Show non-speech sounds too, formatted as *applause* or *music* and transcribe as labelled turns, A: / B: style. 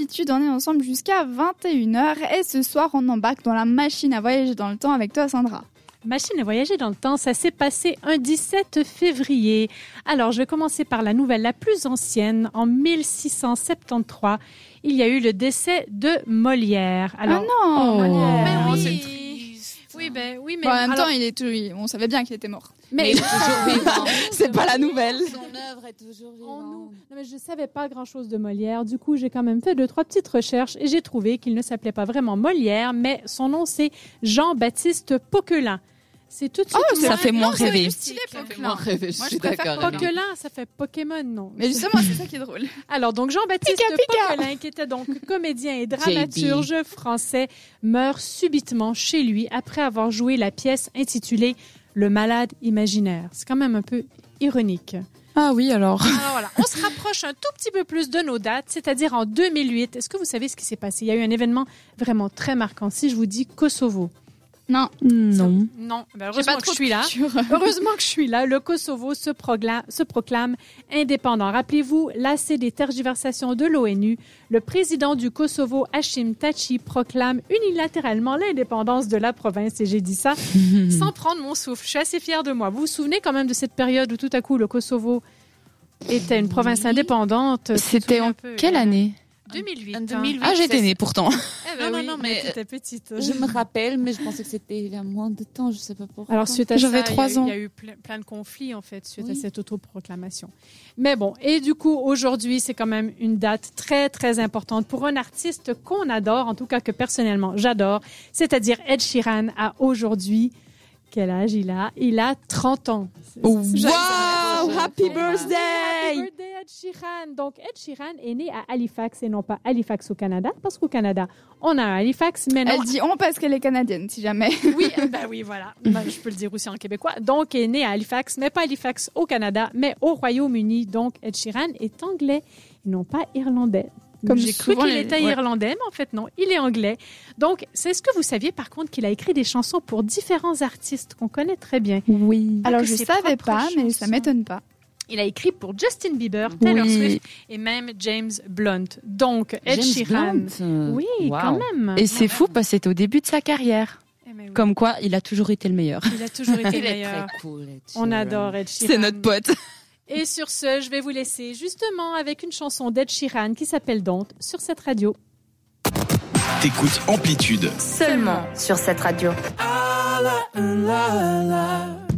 A: d'habitude, on est ensemble jusqu'à 21h et ce soir, on embarque dans la machine à voyager dans le temps avec toi, Sandra.
B: Machine à voyager dans le temps, ça s'est passé un 17 février. Alors, je vais commencer par la nouvelle la plus ancienne. En 1673, il y a eu le décès de Molière. Alors,
A: ah non
B: Molière.
A: Mais
B: Oh,
A: oui.
B: oui, ben, oui, mais
A: Bon, en même
B: alors-
A: temps, il est tout... il- on savait bien qu'il était mort.
B: mais-
A: *laughs* C'est pas la nouvelle.
C: Son œuvre est toujours
B: On nous-
C: vivante.
B: Non, mais je ne savais pas grand-chose de Molière. Du coup, j'ai quand même fait deux, trois petites recherches et j'ai trouvé qu'il ne s'appelait pas vraiment Molière, mais son nom, c'est Jean-Baptiste Poquelin. C'est tout de suite...
A: Oh,
B: moins-
D: Ça fait moins
A: c'est
D: rêver.
A: juste, il est
D: Ça fait
A: Poquelin.
D: moins rêver, je
A: Moi, je
D: suis
A: préfère
D: d'accord.
A: Poquelin.
D: Emily.
B: Poquelin, ça fait Pokémon, non.
A: Mais justement, c'est ça qui est drôle.
B: Alors, donc, Jean-Baptiste
A: Pika, pika.
B: Poquelin, qui était donc comédien et dramaturge français, meurt subitement chez lui après avoir joué la pièce intitulée Le malade imaginaire. C'est quand même un peu ironique.
D: Ah oui, alors.
B: Alors voilà, on se rapproche un tout petit peu plus de nos dates, c'est-à-dire en 2008. Est-ce que vous savez ce qui s'est passé? Il y a eu un événement vraiment très marquant. Si je vous dis Kosovo.
D: Non.
B: Non, ben
A: J'ai
B: heureusement
A: pas
B: que
A: trop
B: je
A: de
B: suis là.
A: culture.
B: Heureusement que je suis là, le Kosovo se proclame, se proclame indépendant. Rappelez-vous, lassé des tergiversations de l'ONU, le président du Kosovo, Hashim Tachi, proclame unilatéralement l'indépendance de la province. Et j'ai dit
D: *laughs*
B: ça sans prendre mon souffle. Je suis assez fière de moi. Vous vous souvenez quand même de cette période où tout à coup le Kosovo était une province indépendante? Vous vous
D: C'était
B: souvenez
D: en
B: un peu?
D: quelle année
B: 2008.
C: En
B: hein.
C: 2008.
D: Ah, j'étais
C: c'est-
D: née euh, pourtant.
B: Eh ben
C: Non,
B: oui,
C: non, non,
B: mais
C: mais-
B: t'étais petite.
C: Je me rappelle, mais je pensais que c'était il y a moins de temps, je sais pas pourquoi.
B: Alors suite à
D: J'avais
B: ça, il y a
D: trois
B: eu-
D: ans.
B: Il y a eu plein, plein de conflits en fait suite à
C: Oui.
B: cette autoproclamation. Mais bon, et du coup aujourd'hui, c'est quand même une date très très importante pour un artiste qu'on adore, en tout cas que personnellement j'adore, c'est-à-dire Ed Sheeran a aujourd'hui quel âge il a Il a 30 ans. C'est- c'est-
D: Wow, happy
B: Happy
D: birthday!
B: birthday, Ed Sheeran. Donc, Ed Sheeran est né à Halifax et non pas Halifax au Canada, parce qu'au Canada, on a un Halifax, mais non,
A: Elle dit on parce qu'elle est canadienne, si jamais.
B: oui, euh, ben oui, voilà. Ben, je peux le dire aussi en québécois. Donc, est né à Halifax, mais pas Halifax au Canada, mais au Royaume-Uni. Donc, Ed Sheeran est anglais et non pas irlandais.
A: Comme
B: J'ai cru
A: souvent
B: qu'il
A: les-
B: était
A: ouais.
B: irlandais, mais en fait, non, il est anglais. Donc, c'est ce que vous saviez, par contre, qu'il a écrit des chansons pour différents artistes qu'on connaît très bien.
D: Oui.
A: Alors
B: que
A: je
B: ses
A: savais
B: propres
A: pas, mais ça
B: chansons.
A: m'étonne pas.
B: Il a écrit pour Justin Bieber, Taylor
D: Oui.
B: Swift et même James Blunt. Donc, Ed Sheeran. Oui, quand même.
D: Et c'est fou parce que c'était au début de sa carrière.
B: Eh ben oui,
D: Comme quoi, il a toujours été le meilleur.
B: Il a toujours été
C: il est
B: meilleur.
C: très cool. Ed
B: On
C: Sheeran.
B: adore Ed Sheeran.
D: C'est notre pote.
B: Et sur ce, je vais vous laisser justement avec une chanson d'Ed Sheeran qui s'appelle Dante sur cette radio.
E: T'écoutes Amplitude.
F: Seulement sur cette radio.
G: la, la, la.